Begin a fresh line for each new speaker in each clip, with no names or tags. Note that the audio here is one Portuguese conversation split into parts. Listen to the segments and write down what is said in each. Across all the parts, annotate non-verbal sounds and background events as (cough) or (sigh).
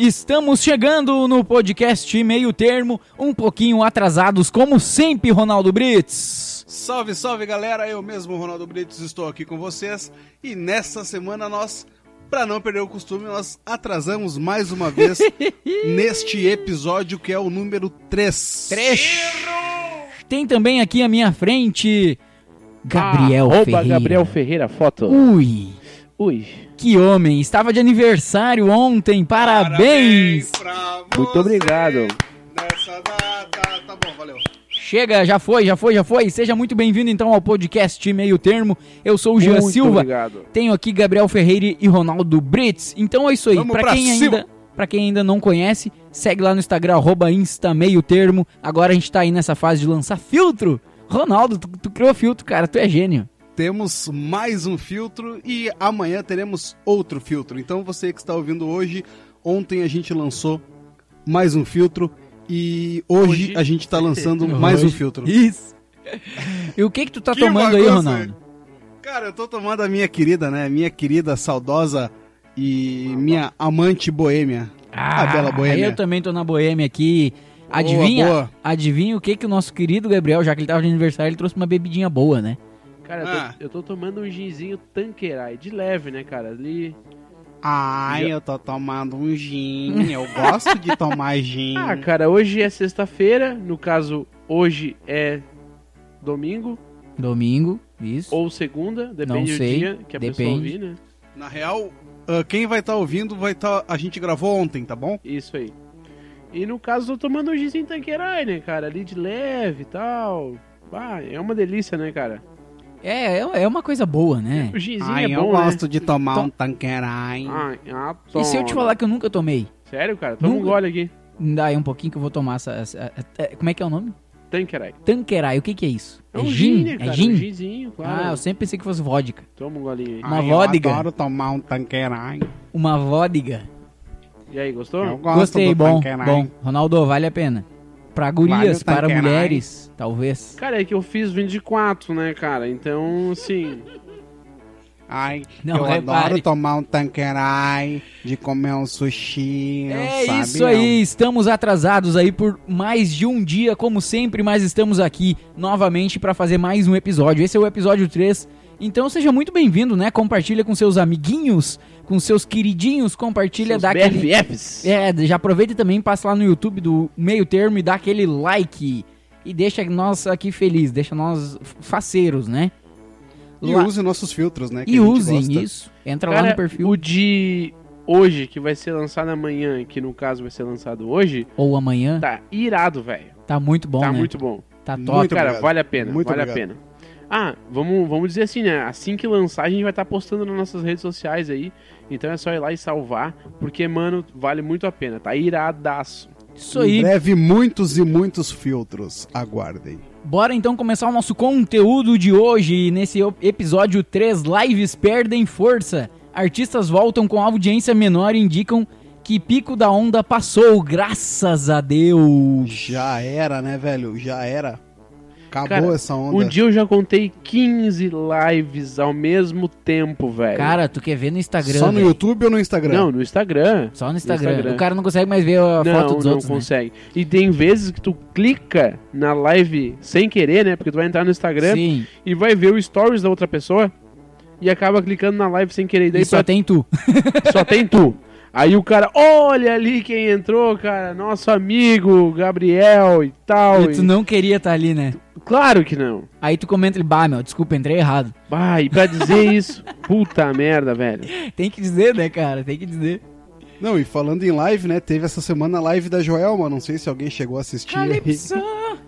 Estamos chegando no podcast Meio Termo, um pouquinho atrasados, como sempre, Ronaldo Brits.
Salve, salve galera, eu mesmo, Ronaldo Brites, estou aqui com vocês e nessa semana nós, para não perder o costume, nós atrasamos mais uma (laughs) vez neste episódio que é o número 3.
Trecho. Tem também aqui à minha frente Gabriel
Arroba
Ferreira.
Ah, Gabriel Ferreira, foto.
Ui,
Ui,
que homem! Estava de aniversário ontem, parabéns!
pra
muito
você
obrigado.
Nessa data, tá bom, valeu.
Chega, já foi, já foi, já foi. Seja muito bem-vindo então ao podcast Meio Termo. Eu sou o Jean
muito
Silva.
obrigado.
Tenho aqui Gabriel Ferreira e Ronaldo Brits. Então é isso aí.
Vamos
Pra
pra
quem
cima.
ainda, para quem ainda não conhece, segue lá no Instagram arroba @insta meio termo. Agora a gente tá aí nessa fase de lançar filtro. Ronaldo, tu, tu criou filtro, cara, tu é gênio.
Temos mais um filtro e amanhã teremos outro filtro. Então você que está ouvindo hoje, ontem a gente lançou mais um filtro e hoje,
Hoje?
a gente está (laughs) lançando mais um
Hoje-
filtro.
Isso. E o que que tu tá
Que
tomando aí,
bagunça,
Ronaldo?
Cara, eu tô tomando a minha querida, né? Minha querida, saudosa e minha amante boêmia. A bela boêmia.
Ah, Eu também tô na boêmia aqui. Adivinha?
Boa, boa.
Adivinha o que que o nosso querido Gabriel, já que ele tava de aniversário, ele trouxe uma bebidinha boa, né?
Cara, eu tô-
Ah.
eu, tô, tomando um ginzinho tanqueray, de leve, né, cara? Ali.
Ai, eu tô tomando um gin. Eu gosto
(laughs)
de tomar gin.
Ah, cara, hoje é sexta-feira, no caso, hoje é domingo
Domingo, isso.
Oh.
ou segunda, depende
Não sei,
do dia que a pessoa
depende.
ouvir, né?
Na real, ah, quem vai estar ouvindo vai estar. A gente gravou ontem, tá bom?
Isso aí. E no caso, eu tô tomando um ginzinho tanqueray, né, cara? Ali de leve e tal. Ah, é uma delícia, né, cara?
É, é, é uma coisa boa, né? Então
O ginzinho
Ai,
é
Ah, eu
bom,
gosto de tomar
Tom-
um tanqueray.
né? Ah,
E se eu te falar que eu nunca tomei?
Sério, cara? Toma um
Nunca.
gole aqui.
Dá aí um pouquinho que eu vou tomar essa. essa- é, é, como é que é o nome?
Tanqueray.
Tanqueray, o que, que é isso?
É um gin, né, cara?
é gin?
Um ginzinho, claro.
Ah, eu sempre pensei que fosse vodka.
Toma um golinho aí.
uma vodka.
Eu adoro tomar um tanqueray.
Uma vodka.
E aí, gostou?
Eu gosto
Gostei,
do
bom.
tanqueray.
Bom, Ronaldo, vale a pena. Pra
Vale
gurias,
o
para
Tanqueray.
mulheres, talvez.
Cara, é que eu fiz 24, né, cara? Então, assim...
Ai,
Não,
eu
repare.
adoro tomar um tanqueray, de comer um sushi,
É
sabe?
isso aí, estamos atrasados aí por mais de um dia, como sempre, mas estamos aqui novamente para fazer mais um episódio. Esse é o episódio 3. Então seja muito bem-vindo, né? Compartilha com seus amiguinhos, com seus queridinhos, compartilha,
seus
dá aquele
BFFs.
É, já aproveita e também, passa lá no YouTube do Meio Termo e dá aquele like. E deixa nós aqui feliz, deixa nós faceiros, né?
E
Lá-
use nossos filtros, né? que
e
a gente
usem
gosta.
isso. Entra
Cara,
lá no perfil.
o de hoje, que vai ser lançado amanhã, que no caso vai ser lançado hoje,
Ou amanhã. Tá,
tá irado, velho.
muito bom,
Tá
né?
muito bom.
Tá
muito
top.
cara,
obrigado.
vale a pena,
Muito
vale
obrigado.
a pena. Ah, vamos, vamos dizer assim, né? Assim que lançar, a gente vai estar postando nas nossas redes sociais aí. Então é só ir lá e salvar, porque, mano, vale muito a pena. Tá iradaço.
Isso
Em
aí.
breve, muitos e muitos filtros. Aguardem.
Bora então começar o nosso conteúdo de hoje. Nesse o- episódio 3, lives perdem força. Artistas voltam com audiência menor e indicam que pico da onda passou, graças a Deus.
Já era, né, velho? Já era. Acabou
Cara,
essa onda.
Um dia eu já contei 15 lives ao mesmo tempo, velho.
Cara, tu quer ver no Instagram?
Só no
velho?
YouTube ou no Instagram?
Não, no Instagram.
Só no
No
Instagram.
Instagram.
O cara não consegue mais ver a
não,
foto dos
não
outros. né?
consegue. E tem vezes que tu clica na live sem querer, né? Porque tu vai entrar no Instagram
Sim,
e vai ver o stories da outra pessoa e acaba clicando na live sem querer. E daí
e só
pra
tem tu.
Só tem tu. Aí o cara, olha ali quem entrou, cara, nosso amigo Gabriel e tal.
E tu
e-
não queria estar ali, né?
Claro que não.
Aí tu comenta ele, bah, meu, desculpa, entrei errado.
Bah, e pra dizer isso, puta merda, velho.
Tem que dizer, né, cara? Tem que
(laughs)
dizer.
Não, e falando em live, né? Teve essa semana a live da Joelma. Não sei se alguém chegou a assistir.
Calypso!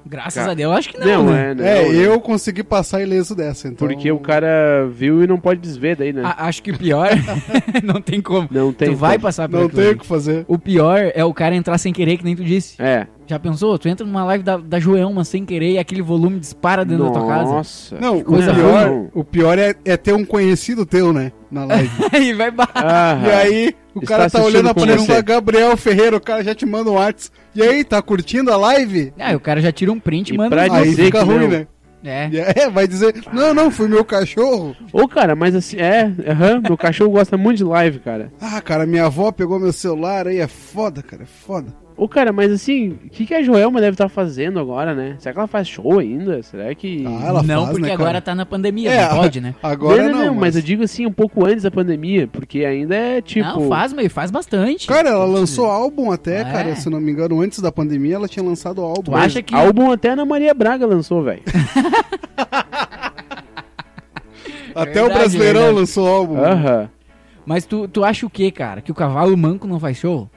Graças
é Cara,
a Deus, acho que não,
Não,
né?
é,
(laughs)
não.
É,
não.
eu consegui passar ileso dessa, então.
Porque o cara viu e não pode desver daí, né?
A- acho que o
(laughs)
pior (laughs) não tem como.
não tem.
Ah, tu vai
como.
passar por
Não tem o que fazer.
O pior é o cara entrar sem querer, que nem tu disse.
É.
Já pensou? Tu entra numa live da, da Joelma sem querer e aquele volume dispara dentro da tua casa.
Nossa.
Não, o
coisa
pior,
ruim.
o pior é, é ter um conhecido teu, né? Na
(laughs)
live.
(laughs) Aí vai barrar.
Aham.
e aí, o
Ah, Está
cara tá
assistindo
olhando a
com
aparência
você.
da Gabriel Ferreira, o cara já te manda um WhatsApp. E aí, tá curtindo a live?
Ah, o cara já tira um print,
É. E
mano.
pra
aí
dizer
fica
que
ruim,
não.
né?
É.
E É, vai dizer, não, não, foi meu cachorro.
Ô, cara, mas assim, é, aham, meu cachorro gosta muito de live, cara.
Ah, cara, minha avó pegou meu celular aí, é foda, cara, é foda.
Ô, cara, mas assim, o que, que a Joelma deve estar fazendo agora, né? Será que ela faz show ainda? Será que.
Ah, ela
não,
faz,
porque
né,
agora
cara?
tá na pandemia,
É,
não pode,
(laughs)
né?
Agora não,
mas... eu digo assim, um pouco antes da pandemia, porque ainda é tipo.
não, faz, meio, faz bastante.
Cara,
é
ela lançou álbum até,
Ah,
cara,
é?
se não me engano, antes da pandemia ela tinha lançado álbum.
Tu acha que.
Álbum até a Ana Maria Braga lançou, velho.
Até o
Verdade,
Brasileirão
verdade.
lançou álbum.
Aham.
Mas tu, tu acha o quê, cara? Que o cavalo manco não faz show?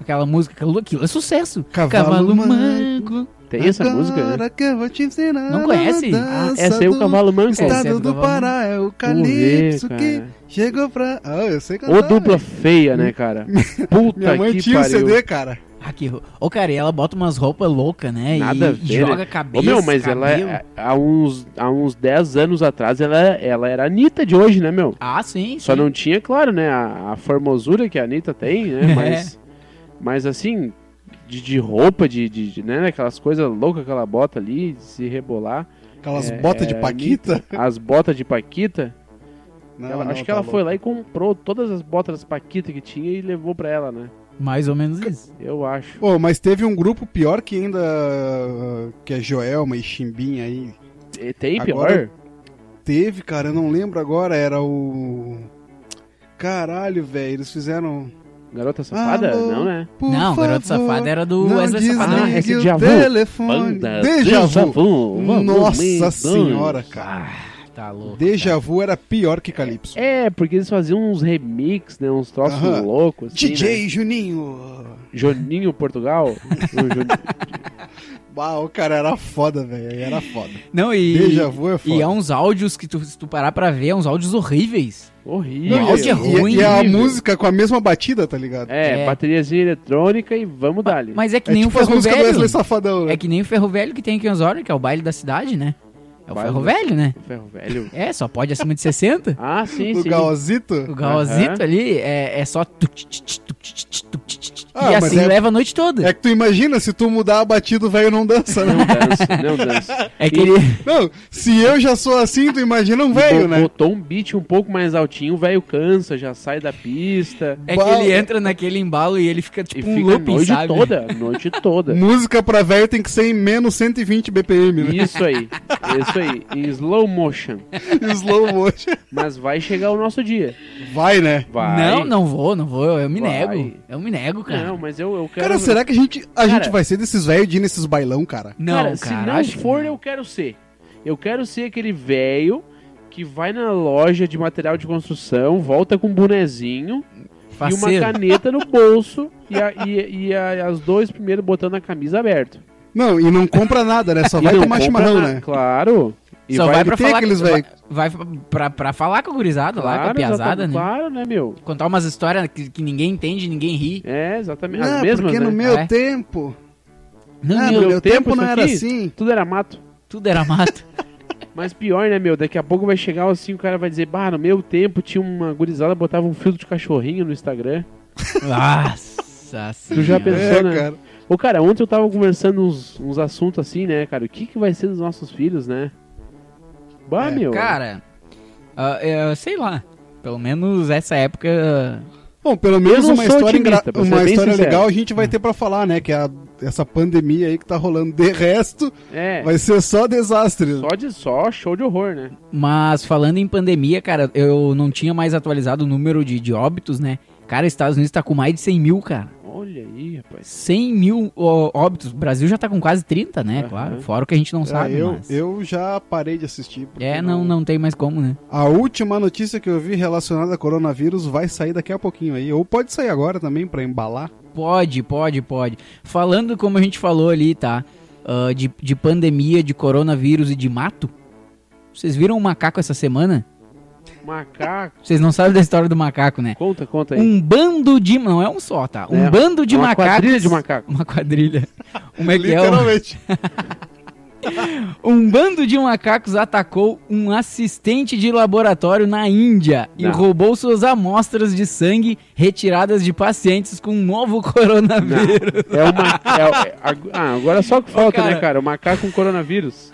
Aquela música, aquilo, aquilo é sucesso.
Cavalo manco.
Tem essa música, né?
Agora que eu vou te ensinar
Não conhece?
a
Ah,
dança
Essa aí é o
do
Cavalo Manco.
Essa é
Estado
do
do
Cavalo
Pará, é o
Calypso,
Calypso
cara.
que chegou pra... Ah, eu sei cantar.
Ô dupla
velho.
feia, né, cara?
(laughs)
Puta
Minha mãe
que
tinha o
pariu.
CD, cara.
Ah, que... ro- Ô, cara, e ela bota umas roupas loucas, né? E-
Nada
e,
a ver, né?
joga cabeça.
Ô, meu, mas
cabelo.
ela, é- há uns, há uns 10 anos atrás, ela, ela era a Anitta de hoje, né, meu?
Ah, sim.
Só
sim.
não tinha, claro, né, a, a formosura que a Anitta tem, né,
É.
mas, mas assim, de, de roupa, de, de, de, né, aquelas coisas loucas que ela bota ali, de se rebolar,
Aquelas
É,
botas de
é,
paquita.
as botas de Paquita,
(laughs) Não,
ela-
não,
acho que
tá
ela foi
louco.
lá e comprou todas as botas das Paquita que tinha e levou pra ela, né,
Mais ou menos isso.
eu acho.
Pô, mas teve um grupo pior que ainda, ah, que é Joelma e Chimbinha aí.
E Tem pior?
Agora- Teve, cara, eu não lembro agora, era o... Caralho, velho, eles fizeram... Ah,
Garota Safada?
Alô?
não, né?
Por
não, Garoto
favor,
Safado era do
não
Wesley
desligue
Safadão.
Ah, é esse
o
Djavu.
telefone.
Banda
Deja
Deja
vu.
Vu. Vamos,
Nossa
então.
senhora, cara.
Ah, tá louco.
Deja vu era pior que Calypso.
É, porque eles faziam uns remix, né? Uns troços
Aham.
loucos. Assim, né?
DJ Juninho.
Joninho Portugal. O
(laughs)
Joni-
Bah, o cara era foda, velho. Era foda.
cara. Não, e.
Deja vu é foda.
E um há uns áudios que tu, se tu parar pra ver, é uns áudios horríveis.
Horrível.
Não, áudio é
e,
ruim,
e a
horrível.
música com a mesma batida, tá ligado?
assim, É,
É.
bateriazinha eletrônica e vamos dali.
Mas é que
É
nem
tipo
o
as músicas do Wesley
Ferrovelho.
Safadão, né?
É que nem o Ferrovelho que tem aqui em Osório, que é o baile da cidade, né? É o
Baile da
Ferrovelho, né?
Ferro velho.
É, só pode acima de 60.
Ah, sim,
Do
sim.
O
Galzito.
galzito
Aham.
ali é, é só. tuc, tuc, tuc, tuc, tuc, tuc, tuc, tuc, tuc.
Ah,
e
mas
assim
é-
leva a noite toda.
É que tu imagina, se tu mudar a batida, o velho não dança, né?
(laughs)
Não dança, não dança.
(laughs)
É que ele.
Não, se eu já sou assim, tu imagina um velho,
Bo-
né?
Botou um beat um pouco mais altinho, o velho cansa, já sai da pista.
É que ele entra naquele embalo e ele fica
E
tipo um
fica a
looping,
noite
sabe?
toda, a
(laughs)
noite toda.
Música pra velho tem que ser em menos 120 BPM, né?
Isso aí, isso aí, em slow motion.
né? (laughs) Slow motion.
Mas vai chegar o nosso dia.
Vai, né?
Vai.
Não, não vou, não vou. Eu me
Vai.
nego. Eu me nego, cara.
Não, mas eu, eu quero.
Cara, será que a gente, a gente
Cara-
vai ser desses velhos de ir nesses bailão, cara?
Não, cara,
se não
acho que
for,
não.
eu quero ser. Eu quero ser aquele velho que vai na loja de material de construção, volta com um bonezinho e uma
Faceiro.
caneta no bolso e, a- e- e a- as dois primeiros botando a camisa aberta.
Não, e não compra nada, né? Só vai
(laughs) E não
tomar
compra
chimarrão,
nada,
né?
Claro. E
Só vai pra
ter
falar.
aqueles
vai
velho.
vai pra, pra falar com a gurizada lá, com a
Claro,
piazada,
exatamente,
né?
Claro, né, meu?
Contar umas histórias que, que ninguém entende, ninguém ri.
É, exatamente.
Ah,
as mesmas,
porque
né?
no meu
É.
tempo.
Não,
ah,
meu,
no meu tempo,
tempo
não
isso
era
aqui?
assim.
Tudo era mato.
tudo era mato.
Mas pior, né, meu? Daqui a pouco vai chegar assim, o cara vai dizer, bah, no meu tempo tinha uma gurizada, botava um filtro de cachorrinho no Instagram.
Nossa
Tu já
senhora.
pensou?
É,
né?
cara.
Ô, cara, ontem eu tava conversando uns, uns assuntos assim, né, cara? O que que vai ser dos nossos filhos, né? Bah,
É,
meu.
Cara, ah, eu sei lá. Pelo menos essa época. ah,
Bom, pelo menos
não
uma
sou
história,
otimista,
engra-
pra ser
uma
bem
história
sincero.
legal a gente vai ter pra falar, né? Que é a- essa pandemia aí que tá rolando. De resto,
É,
vai ser só desastre.
só, de, só show de horror, né?
Mas falando em pandemia, cara, eu não tinha mais atualizado o número de, de óbitos, né? Cara, Estados Unidos tá com mais de 100 mil, cara.
Olha aí, rapaz.
100 mil ó, óbitos. O Brasil já tá com quase 30, né?
Aham. É,
Claro. Fora o que a gente não
Ah,
sabe.
eu,
mas-
eu já parei de assistir. porque
É, não, não tem mais como, né?
A última notícia que eu vi relacionada a coronavírus vai sair daqui a pouquinho aí. Ou pode sair agora também pra embalar.
Pode, pode, pode. Falando como a gente falou ali, tá? Ah, de, de pandemia, de coronavírus e de mato. Vocês viram um macaco essa semana?
Macaco.
Vocês não sabem da história do macaco, né?
Conta, conta aí.
Um bando de. Não é um só, tá? Um
É,
bando de
uma
macacos. (laughs)
quadrilha de macaco.
Uma quadrilha. Como é que é? o-
Literalmente.
é Um bando de macacos atacou um assistente de laboratório na Índia e
Não.
roubou suas amostras de sangue retiradas de pacientes com um novo (laughs) coronavírus.
É uma. é- é- ag- ah, agora só o que falta,
cara.
né, cara? O macaco com coronavírus.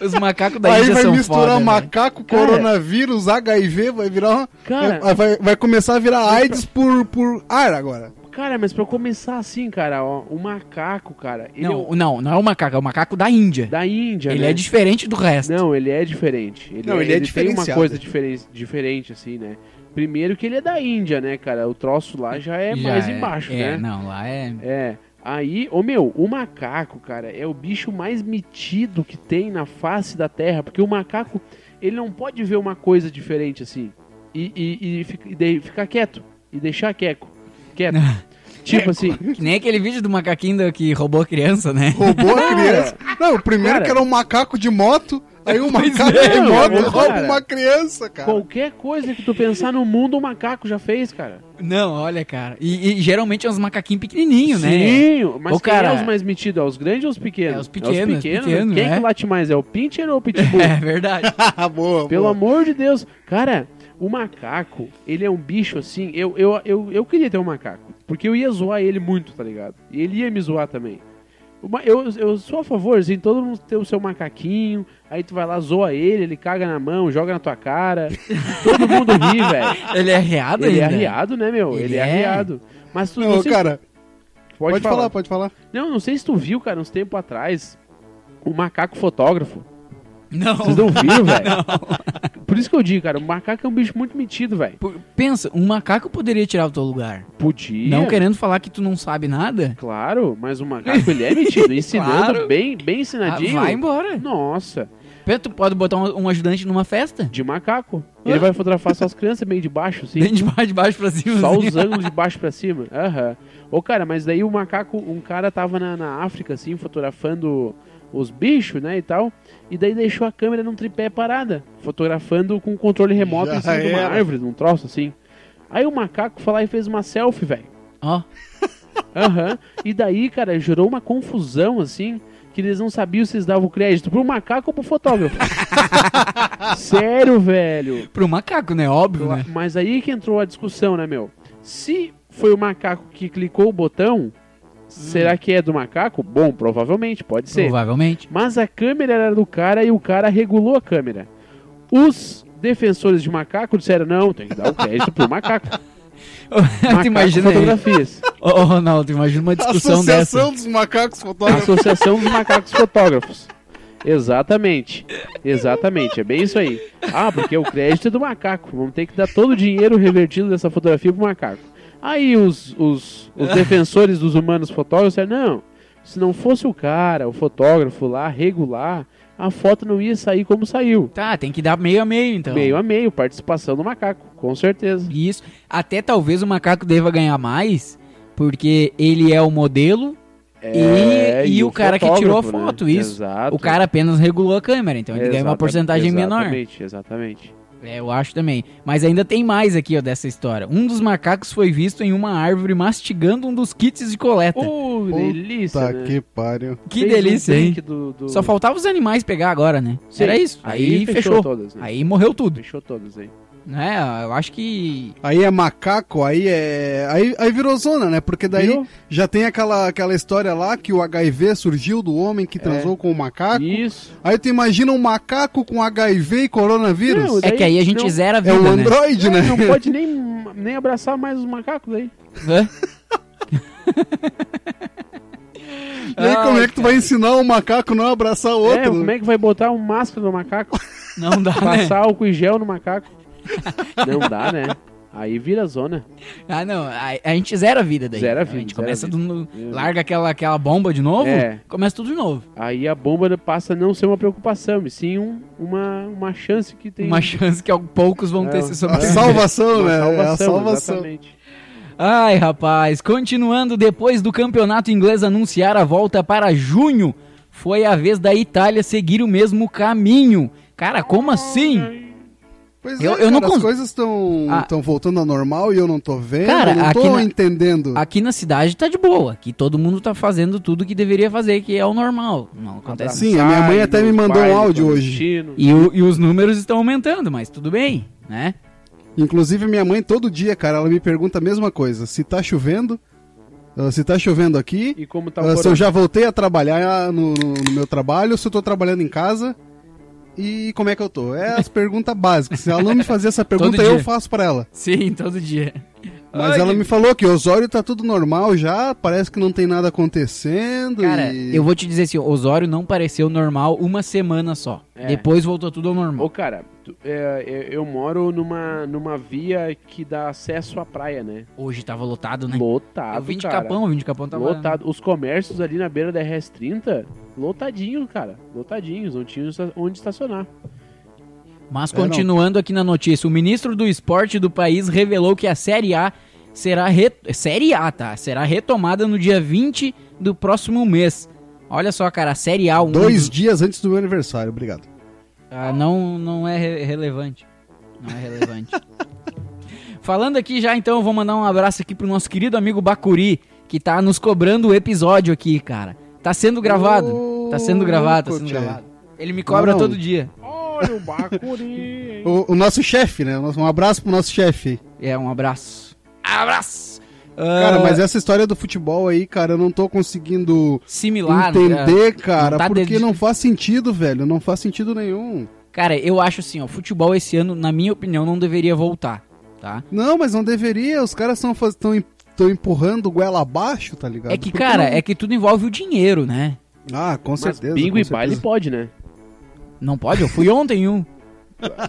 Os macacos da
Aí
Índia
vai
são
misturar
foda, né? velho.
macaco,
Cara.
coronavírus, HIV, vai virar uma...
Cara.
vai- vai, vai começar a virar AIDS por, por ar agora.
Cara, mas pra eu começar assim, cara, ó, o macaco, cara, ele é
Não,
o-
não, não é o macaco, é o macaco da Índia.
da Índia,
Ele
né?
é diferente do resto.
Não, ele é diferente. Ele,
Não,
é,
ele é
ele tem uma
diferenciado.
coisa diferen- diferente, assim, né? Primeiro que ele é da Índia, né, cara? O troço lá já é
Já
mais embaixo,
é,
né?
não, lá é.
É. Aí, ô meu, o macaco, cara, é o bicho mais metido que tem na face da Terra, porque o macaco, ele não pode ver uma coisa diferente assim e, e, e fi- e de- ficar quieto e deixar queco,
(laughs)
quieto. tipo assim,
Que nem aquele vídeo do macaquinho do- que roubou a criança, né?
Roubou a criança. Não, o primeiro
Cara.
que era um macaco de moto, aí o
Pois
macaco
é,
de moto
mano,
rouba
cara.
uma criança, cara.
qualquer coisa que tu pensar no mundo, o macaco já fez, cara.
Não, olha, cara. E, e geralmente é uns macaquinhos pequenininhos, né?
Sim, mas
Ô,
quem
cara,
é os mais metidos? É os grandes ou os pequenos? né?
é os pequenos, pequeno,
Quem
é.
que late mais? É o pincher ou o pitbull?
(laughs) É verdade.
(laughs) Ah, boa,
Pelo
boa.
amor de Deus. Cara, o macaco, ele é um bicho assim. Eu, eu, eu, eu queria ter um macaco. Porque eu ia zoar ele muito, tá ligado? E ele ia me zoar também. Uma- Eu, eu sou a favor, assim, todo mundo tem o seu macaquinho, aí tu vai lá, zoa ele, ele caga na mão, joga na tua
(laughs)
cara. todo mundo ri, velho.
Ele é arriado
Ele é
ainda?
arriado, né, meu? Ele,
Ele
é
é.
arriado. Mas tu
Não,
não sei-
cara, pode, falar. pode falar.
Não, não sei se tu viu, cara, uns tempos atrás, o macaco fotógrafo.
Não. (laughs)
Vocês um não viram, velho? Por isso que eu digo, cara, o macaco é um bicho muito metido, velho.
Por- Pensa, um macaco poderia tirar o teu lugar.
Podia.
Não querendo falar que tu não sabe nada.
Claro, mas o macaco ele é metido, ensinando
Claro.
bem, bem
ah,
ensinadinho.
vai embora.
Nossa,
Pensa, Tu pode botar um, um ajudante numa festa?
de macaco.
Ah.
Ele vai fotografar suas crianças bem de baixo, assim.
Bem de baixo, de baixo pra cima.
Só
assim.
os ângulos de baixo pra cima. Aham. Ô, cara, mas daí o macaco, um cara tava na, na África, assim, fotografando os bichos, né, e tal. E daí deixou a câmera num tripé parada, fotografando com controle remoto
Já
em cima de uma
era.
árvore, num troço, assim. Aí o macaco foi lá e fez uma selfie, velho.
Ó,
Aham. E daí, cara, gerou uma confusão, assim, que eles não sabiam se eles davam crédito pro macaco ou pro fotógrafo.
(laughs)
Sério, velho.
pro macaco, né? Óbvio, né?
Mas aí que entrou a discussão, né, meu? Se foi o macaco que clicou o botão, será que é do macaco? Bom, provavelmente, pode ser.
Provavelmente. (laughs)
Mas a câmera era do cara e o cara regulou a câmera. Os defensores de macaco disseram, não, tem que dar o crédito pro macaco.
tu
macaco
imagina aí.
fotografias.
Ô, ô, Ronaldo, imagina uma discussão dessa.
Associação dos macacos
(laughs)
fotógrafos.
Associação dos Macacos Fotógrafos. Exatamente. Exatamente, é bem isso aí. Ah, porque o crédito é do macaco. Vamos ter que dar todo o dinheiro revertido dessa fotografia pro macaco. Aí os, os, os defensores dos humanos fotógrafos disseram, não, se não fosse o cara, o fotógrafo lá, regular, a foto não ia sair como saiu.
Tá, tem que dar meio a meio, então.
Meio a meio, participação do macaco, com certeza.
Isso. Até talvez o macaco deva ganhar mais, porque ele é o modelo
É,
e, e o cara que tirou a
fotógrafo, né?
foto, isso.
Exato.
O cara apenas regulou a câmera, então ele ganha uma
Exata-
porcentagem menor.
Exatamente, exatamente.
É, eu acho também. Mas ainda tem mais aqui, ó, dessa história. Um dos macacos foi visto em uma árvore mastigando um dos kits de coleta.
Oh,
Puta
delícia,
Tá
né?
que pariu.
que
Fez um
delícia, hein?
take do- do-
Só faltava os animais pegar agora, né?
Sim.
Era isso. Aí, fechou.
todas, né?
Aí morreu tudo,
Fechou todas aí.
né? Eu acho que
Aí é macaco, aí é. Aí, aí virou zona, né? Porque daí
Virou.
já tem aquela, aquela história lá que o HIV surgiu do homem que transou com o macaco.
Isso.
Aí tu imagina um macaco com HIV e coronavírus.
Não,
é que aí a gente
não-
zera a vida,
é um
né?
androide, né?
Não pode nem, nem abraçar mais os macacos aí.
(laughs) Hã?
(laughs)
Ah,
E aí como é que tu vai ensinar um macaco a não abraçar o
É,
outro?
como é que vai botar um máscara
(laughs)
no macaco?
Não
(laughs)
dá, né?
Passar álcool e gel no
(laughs)
macaco? não dá, né? Aí vira zona.
Ah, não. A, a gente zera a vida daí.
Zera a
A
vida,
gente
zera
começa
a vida.
do- Larga aquela, aquela bomba de novo,
É.
começa tudo de novo.
Aí a bomba passa a não ser uma preocupação, e sim um- uma, uma chance que tem.
Uma chance que al- poucos vão ter
É,
se
A
sobreviver.
salvação,
uma
né? É
salvação,
a salvação.
exatamente.
Ai, rapaz. Continuando, depois do campeonato inglês anunciar a volta para junho, foi a vez da Itália seguir o mesmo caminho. Cara, como assim?
Pois
Eu-
é,
eu não
cara, as
cons-
coisas estão
Ah.
voltando ao normal e eu não tô vendo,
Cara,
eu não
aqui
tô
na-
entendendo.
Aqui na cidade tá de boa, aqui todo mundo tá fazendo tudo que deveria fazer, que é o normal. Não acontece.
Sim, a minha mãe até me mandou um áudio hoje.
E, o- e os números estão aumentando, mas tudo bem, né?
Inclusive, minha mãe, todo dia, cara, ela me pergunta a mesma coisa. Se tá chovendo, ah, se tá chovendo aqui,
E como tá
um
ah,
o
se eu
coronavírus?
já voltei a trabalhar no, no- no meu trabalho, se eu tô trabalhando em casa e como é que eu tô. É as perguntas básicas. Se ela não me fazer essa pergunta,
(laughs) Todo
eu
dia.
faço pra ela.
Sim, todo dia.
Mas
Ai,
ela
que-
me falou que Osório tá tudo normal já, parece que não tem nada acontecendo.
Cara,
e...
eu vou te dizer assim, Osório não pareceu normal uma semana só.
É.
Depois voltou tudo ao
Ô,
normal.
cara, tu- é, é, eu moro numa, numa via que dá acesso à praia, né?
Hoje tava lotado, né?
Lotado,
eu vim de
cara.
Capão, eu vim de Capão tava...
Lotado. Os comércios ali na beira da RS30, lotadinho, cara. Lotadinhos, não tinha esta- onde estacionar.
Mas
É, não.
continuando aqui na notícia, o ministro do esporte do país revelou que a Série A será re... Série A, tá? Será retomada no dia 20 do próximo mês. Olha só, cara, a Série A... Um dos-
Dois dias antes do meu aniversário, obrigado.
Ah, não, não é re- relevante. Não é
(laughs)
relevante. Falando aqui já, então, eu vou mandar um abraço aqui pro nosso querido amigo Bacuri, que tá nos cobrando o episódio aqui, cara. Tá sendo gravado. tá sendo gravado, tá sendo
Ô,
gravado. Ele me cobra
Não.
todo dia.
Olha o (laughs) Bacuri!
O, o nosso chefe, né? O nosso- Um abraço pro nosso chefe.
É, um abraço. Abraço!
Cara,
Ah,
mas essa história do futebol aí, cara, eu não tô conseguindo
similar. né?
entender, cara,
tá
porque
dedi-
não faz sentido, velho. Não faz sentido nenhum.
Cara, eu acho assim, ó, futebol esse ano, na minha opinião, não deveria voltar, tá?
Não, mas não deveria. Os caras estão faz... tão em- tão empurrando goela abaixo, tá ligado?
É que,
Por
cara,
não-
é que tudo envolve o dinheiro, né?
Ah, com
Mas
certeza.
bingo
com
e
certeza.
baile pode, né?
Não pode? Eu
(laughs)
fui ontem em um.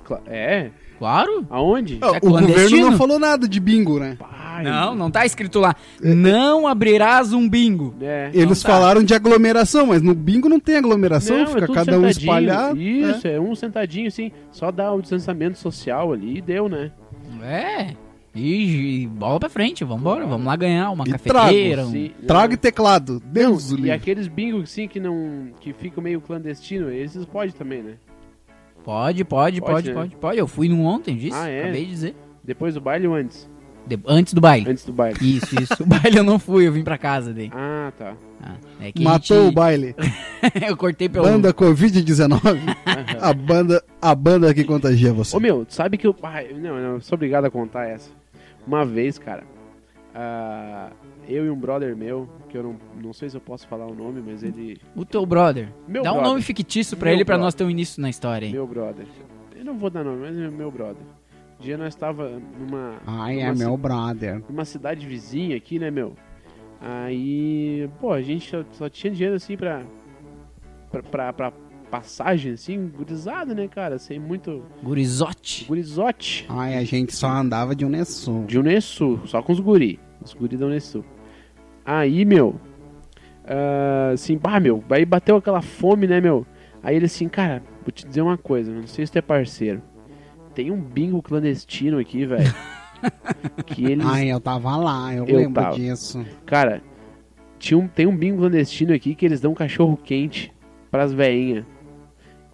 Cla- É?
Claro.
Aonde?
Ah,
É
o governo
clandestino.
não falou nada de bingo, né?
Pai.
Não, não tá escrito lá. Não abrirás um bingo.
É.
Eles
tá.
falaram de aglomeração, mas no bingo não tem aglomeração,
Não, é
fica
tudo
cada um
sentadinho.
espalhado. né?
Isso, é. um sentadinho, assim. Só dá o distanciamento social ali e deu, né?
É. E, e bola pra frente, vambora, vamos lá ganhar uma
E
cafeteira. um-
Se-
Traga e teclado. Deus o
E
livre.
aqueles bingo sim que não. que ficam meio clandestino, esses pode também, né?
Pode, pode, pode,
Pode,
pode,
né?
pode, Eu fui num ontem, disse,
Ah, é?
acabei de dizer.
Depois do baile ou antes?
De- antes do baile.
Antes do baile.
Isso, isso. O baile eu não fui, eu vim pra casa daí.
Ah, tá.
Ah, é que a
Matou o
gente-
baile.
(laughs) eu cortei pelo.
Banda
(laughs)
Covid-19. a, banda, a banda que contagia você.
Ô meu, tu sabe que eu. Ai, não, não, eu sou obrigado a contar essa. Uma vez, cara, ah, eu e um brother meu, que eu não, não sei se eu posso falar o nome, mas ele.
O teu brother.
Meu
Dá um
brother.
nome fictício pra
Meu
ele pra
brother.
nós ter um início na história. hein?
Meu brother. Eu não vou dar nome, mas é meu brother. Um dia nós estava numa.
Ai,
é
é
numa ci-
brother.
Numa cidade vizinha aqui, né, meu? Aí. Pô, a gente só, só tinha dinheiro assim pra. pra, pra, pra passagem, assim, gurizada, né, cara? Sem muito.
Gurizote.
Gurizote.
Ai, a gente só andava de Unesul.
De Unesul, só com os guri. Os guri da Unesul. Aí, meu. ah, assim, bah, meu. Aí bateu aquela fome, né, meu? Aí ele assim, cara, vou te dizer uma coisa, não sei se tu é parceiro. Tem um bingo clandestino aqui, velho. que eles.
eu tava lá,
Eu tava.
disso.
Cara, tinha um, tem um bingo clandestino aqui que eles dão cachorro quente pras veinhas.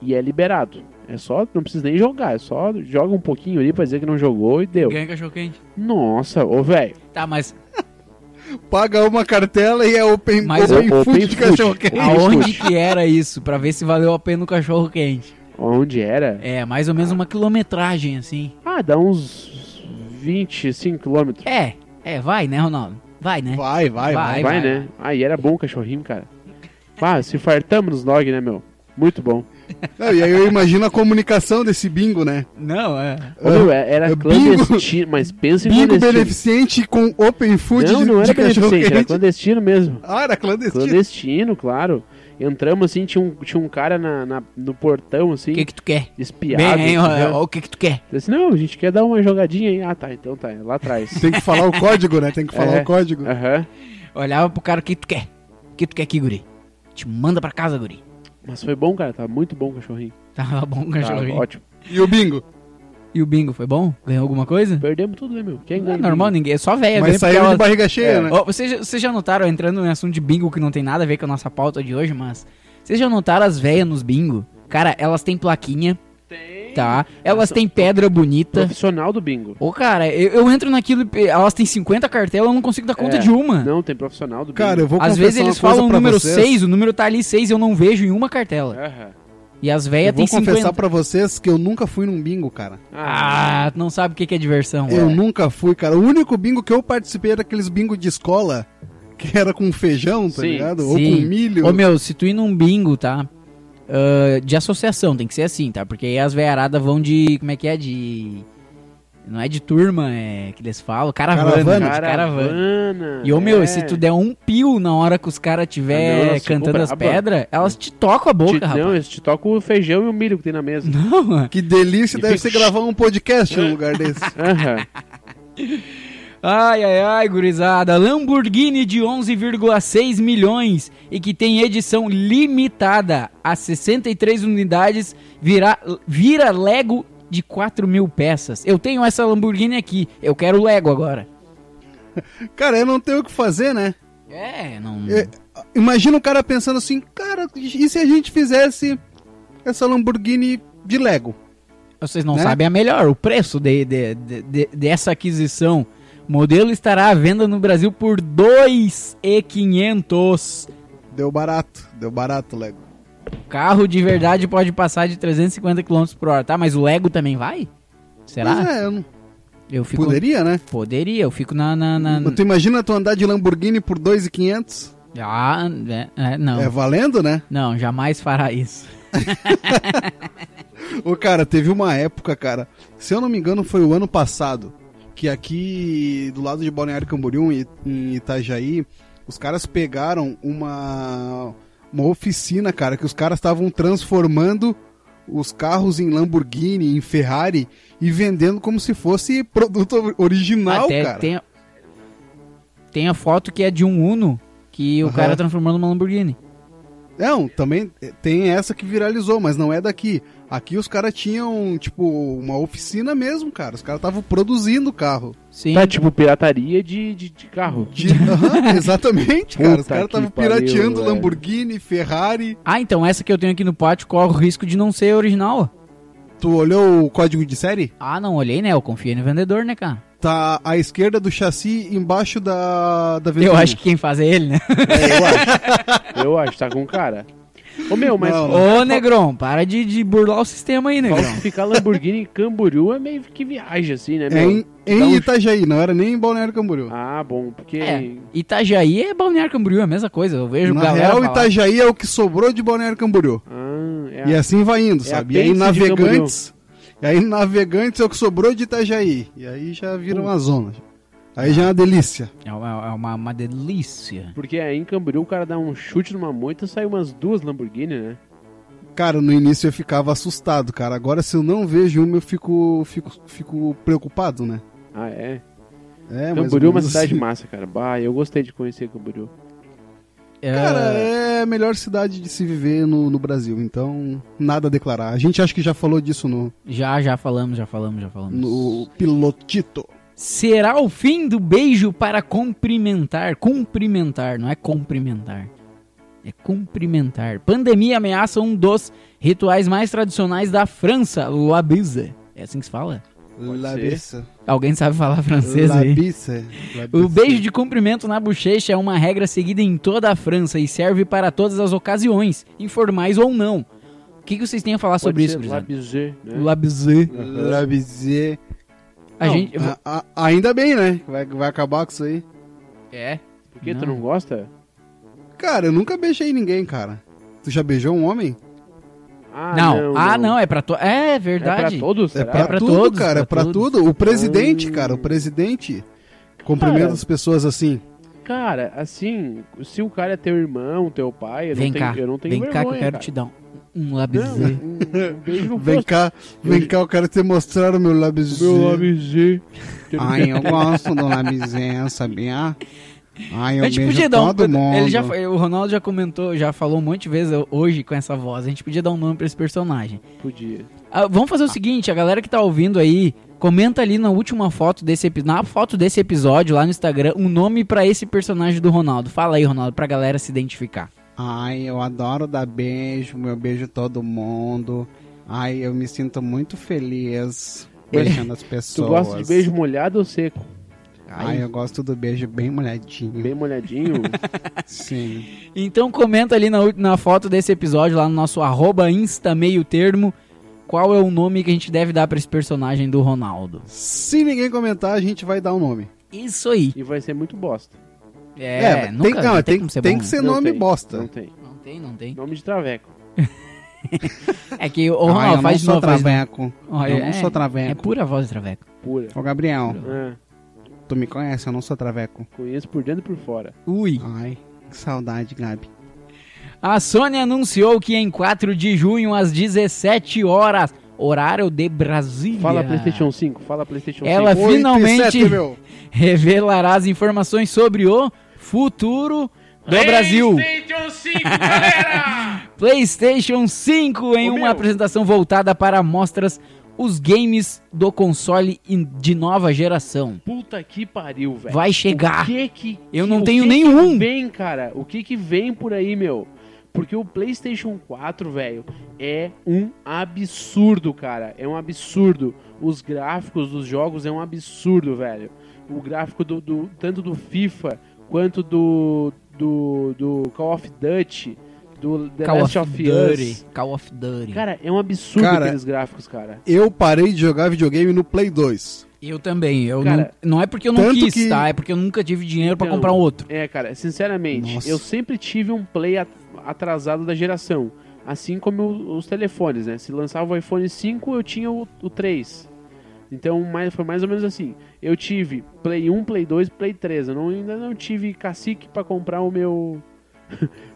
E é liberado. É só, não precisa nem jogar, é só joga um pouquinho ali pra dizer que não jogou e deu.
Ganha cachorro quente.
Nossa, ô velho.
Tá, mas
Paga uma cartela e é open,
Mas
open,
o-
food
open
de
food.
cachorro quente.
Ah,
aonde que era isso? Pra ver se valeu a pena o cachorro quente.
Onde era?
É, mais ou menos uma quilometragem, assim.
Ah, dá uns 25 quilômetros.
É, é, vai, né, Ronaldo? Vai, né?
Vai, vai,
Vai.
vai.
Vai, né? Ah, e era bom o cachorrinho, cara. Ah, se fartamos nos nog, né, meu? Muito bom.
Não, e aí eu imagino a comunicação desse bingo, né?
Não, é.
Ô, meu, é- era
é bingo-
clandestino, mas pensa em
Bingo
clandestino.
beneficente com open food
Não,
de,
não
de
era
cachorro
beneficente, era
quente.
clandestino mesmo.
Ah, era clandestino.
Clandestino, claro. Entramos assim, tinha um, tinha um cara na, na- no portão, assim,
O que que tu quer?
espiado.
Bem, hein,
né?
ó, ó, o que que tu quer?
Disse, não, a gente quer dar uma jogadinha aí. Ah, tá, então tá, é
(laughs)
lá atrás.
Tem que falar o código, né? Tem que falar
É.
o código.
Aham.
Olhava pro cara, o que tu quer? O que tu quer aqui, guri? Te manda pra casa, guri.
Mas foi bom, cara, tá muito bom o cachorrinho.
Tava bom o
Tá,
cachorro quente.
ótimo.
E o bingo?
E o bingo, foi bom? Ganhou alguma coisa?
Perdemos tudo, né, meu? Quem
Não é
ganha?
normal, ninguém. É só velha.
Mas
ganha porque
saiu de
ela-
barriga cheia,
É.
né?
Ó, vocês, já- vocês já notaram, entrando em assunto de bingo que não tem nada a ver com a nossa pauta de hoje, mas. Vocês já notaram as velhas nos bingo? Cara, elas têm plaquinha.
Tem.
tá? Elas têm pedra bonita.
Profissional do bingo.
Ô, cara, eu, eu entro naquilo e pe- elas têm 50 cartelas, eu não consigo dar conta
É,
de uma.
Não, tem profissional do bingo.
Cara, eu vou
Às
confessar
vezes
uma
eles
coisa
falam o
pra
número
vocês. É.
6, o número tá ali 6 eu não vejo em uma cartela.
Aham.
E as
Eu
velhas
vou
têm 50.
confessar pra vocês que eu nunca fui num bingo, cara.
Ah, tu não sabe o que que é diversão.
Eu
velho.
nunca fui, cara. O único bingo que eu participei era aqueles bingo de escola, que era com feijão, tá
Sim,
ligado? Ou
Sim.
com milho.
Ô, meu, se tu ir num bingo, tá? Ah, de associação, tem que ser assim, tá? Porque aí as velharadas vão de. Como é que é? De. Não é de turma, é que eles falam. Caravana.
Caravana.
de Caravana.
Caravana.
E, ô, meu,
é.
se tu der um pio na hora que os caras
Ah, não,
tiver
elas ficam
cantando as
braba.
pedras, elas te tocam a boca,
Te,
rapaz.
não, eles te tocam o feijão e o milho que tem
(laughs)
na mesa.
Não,
Que delícia
E
deve
fica-
ser gravar um podcast
(laughs)
num lugar desse.
Aham.
Ai, ai, ai, gurizada. Lamborghini de 11,6 milhões e que tem edição limitada a 63 unidades vira, vira Lego de 4 mil peças. Eu tenho essa Lamborghini aqui. Eu quero Lego agora.
Cara, eu não tenho o que fazer, né?
É, não...
É, Imagina o cara pensando assim, cara, e se a gente fizesse essa Lamborghini de Lego?
Vocês não
né?
sabem a melhor. O preço de, de- de- de- dessa aquisição. O modelo estará à venda no Brasil por 2,500.
Deu barato, deu barato, Lego.
Carro de verdade pode passar de 350 km por hora, tá? Mas o Lego também vai? Será?
Mas é, eu não-
Eu fico.
poderia, né?
Poderia, eu fico na. na, na-
Mas tu imagina tu andar de Lamborghini por 2,500?
Ah, né, é, não.
É valendo, né?
Não, jamais fará isso.
Ô, cara, teve uma época, cara. Se eu não me engano, foi o ano passado. Que aqui do lado de Balneário Camboriú, em em Itajaí, os caras pegaram uma, uma oficina, cara, que os caras estavam transformando os carros em Lamborghini, em Ferrari e vendendo como se fosse produto original,
Até
cara.
tem. Tem a foto que é de um Uno que o
Aham.
cara transformou numa Lamborghini.
Não, também tem essa que viralizou, mas não é daqui. Aqui os caras tinham, tipo, uma oficina mesmo, cara. Os caras estavam produzindo o carro.
Sim.
Tá tipo pirataria de, de, de carro.
De- (laughs) Aham, exatamente, cara. Os
Puta
caras
que
estavam
pariu,
pirateando
velho.
Lamborghini, Ferrari.
Ah, então essa que eu tenho aqui no pátio corre o risco de não ser original.
Tu olhou o código de série?
Ah, não olhei, né? Eu confiei no vendedor, né, cara?
Tá à esquerda do chassi, embaixo da, da
Eu
vitrine.
acho que quem faz é ele, né?
É, eu acho. Eu acho, tá com cara. Ô meu, mas
Não,
Ô, Negron, para de, de burlar o sistema aí, Negron.
falsificar Lamborghini em Camboriú é meio que viagem, assim, né,
É
meu?
em, em
Dá um-
Itajaí, não era nem em Balneário Camboriú.
Ah, bom, porque.
É, Itajaí é Balneário Camboriú, é a mesma coisa. Eu vejo
Na
galera
real,
falar.
Itajaí é o que sobrou de Balneário Camboriú.
Ah, é
E
a-
assim vai indo,
É
sabe?
a
E aí
Pense de
Navegantes... E aí Navegantes é o que sobrou de Itajaí. E aí já vira uma zona. Aí já é uma delícia.
É uma, é uma- uma delícia.
Porque aí em Camboriú o cara dá um chute numa moita e sai umas duas Lamborghini, né?
Cara, no início eu ficava assustado, cara. Agora, se eu não vejo uma, eu fico, fico, fico preocupado, né?
Ah, é.
É, mais
Camboriú é
ou
uma
menos
cidade
assim.
massa, cara. Bah, eu gostei de conhecer Camboriú.
É,
Cara, é a melhor cidade de se viver no, no Brasil, então nada a declarar. A gente acha que já falou disso no,
Já, já falamos, já falamos, já falamos.
no pilotito.
Será o fim do beijo para cumprimentar. Cumprimentar, não é cumprimentar. É cumprimentar. Pandemia ameaça um dos rituais mais tradicionais da França, o abisa. É assim que se fala?
Pode ser.
Labissa.
Alguém sabe falar francês aí?
Labissa.
O beijo de cumprimento na bochecha é uma regra seguida em toda a França e serve para todas as ocasiões, informais ou não. O que, que vocês têm a falar sobre
Pode
isso,
ser
Grisano?
Labizé, né?
Labisé.
Labisse.
A gente.
A- Uhum. a- ainda bem, né? Vai, vai acabar com isso aí.
Ah,
É.
Por que tu
Não.
não gosta?
Cara, eu nunca beijei ninguém, cara. Tu já beijou um homem?
Ah,
não. Ah, não, é pra to... É verdade.
É pra todos,
É
será?
pra,
É pra
tudo,
todos,
cara, é
pra
pra
todos.
tudo. O presidente,
Hum.
cara, o presidente cumprimenta
Cara.
as pessoas assim.
Cara, assim, se o cara é teu irmão, teu pai, eu
Vem
não tenho,
cá.
eu não tenho
Vem
vergonha,
cá que eu quero
cara.
te dar um, um
Não,
labisé.
um, um beijo no
Vem
rosto.
cá, vem cá, eu quero te mostrar o meu labizinho.
Meu labizê.
Ai, eu gosto do labizinho, sabia? Ai, eu
a gente
beijo
podia dar um.
todo mundo.
Ele já, foi- o Ronaldo já comentou, já falou um monte de vezes hoje com essa voz. A gente podia dar um nome pra esse personagem.
Podia.
Ah, vamos fazer o seguinte, a galera que tá ouvindo aí, comenta ali na última foto desse epi- na foto desse episódio lá no Instagram, um nome pra esse personagem do Ronaldo. Fala aí, Ronaldo, pra galera se identificar.
Ai, eu adoro dar beijo, meu beijo todo mundo. Ai, eu me sinto muito feliz beijando as
Tu
pessoas.
gosta de beijo molhado ou seco?
Ai, eu gosto do beijo bem molhadinho.
Bem molhadinho.
Sim.
Então comenta ali na, ult- na foto desse episódio, lá no nosso arroba insta meio termo, qual é o nome que a gente deve dar pra esse personagem do Ronaldo.
Se ninguém comentar, a gente vai dar um nome.
Isso aí.
e vai ser muito bosta.
É,
tem-
nunca,
não,
não tem,
tem-
como ser
tem
bom,
que
né?
ser- Seu
Não
nome
tem,
bosta.
Não tem.
Não tem, não tem.
Nome de Traveco.
É que o
Ai, Ah, eu
Ronaldo
não
faz de
sou
novo. faz de novo.
traveco.
Olha,
eu não
é,
sou
É
traveco.
pura voz de Traveco.
Pura.
Ô, Gabriel,
Ah,
tu me conhece, eu não sou traveco.
conheço por dentro e por fora.
Ui.
Ai, que saudade, Gabi.
A Sony anunciou que em 4 de junho, às 17 horas, horário de Brasília.
Fala PlayStation 5, fala PlayStation
ah. Ela
5.
Oito e Ah, Finalmente- sete,
meu.
revelará as informações sobre o futuro é do Brasil.
PlayStation 5, galera!
PlayStation 5 em
Ô,
uma
meu.
apresentação voltada para mostras os games do console in- de nova geração.
(laughs) Puta que pariu, velho.
Vai chegar.
O que que,
Eu não
o
tenho
que que
nenhum.
vem, cara? O que que vem por aí, meu? Porque o PlayStation 4, velho, é um absurdo, cara. É um absurdo. Os gráficos dos jogos é um absurdo, velho. O gráfico do, do- tanto do FIFA quanto do do, do Call of Duty, do The
Call
Last
of
of,
Duty.
Us.
Call of Duty.
Cara, é um absurdo
Cara,
aqueles gráficos, cara.
Eu parei de jogar videogame no Play 2.
eu também. Eu
Cara,
não, não é porque eu não
tanto
quis,
que-
tá? É porque eu nunca tive dinheiro pra
Então,
comprar um outro.
É, cara, sinceramente,
Nossa.
eu sempre tive um play at- atrasado da geração. Assim como o- os telefones, né? Se lançava o iPhone 5, eu tinha o, o 3. Então mais, foi mais ou menos assim. Eu tive Play 1, Play 2, Play 3. Eu não- ainda não tive cacique pra comprar o meu. (laughs)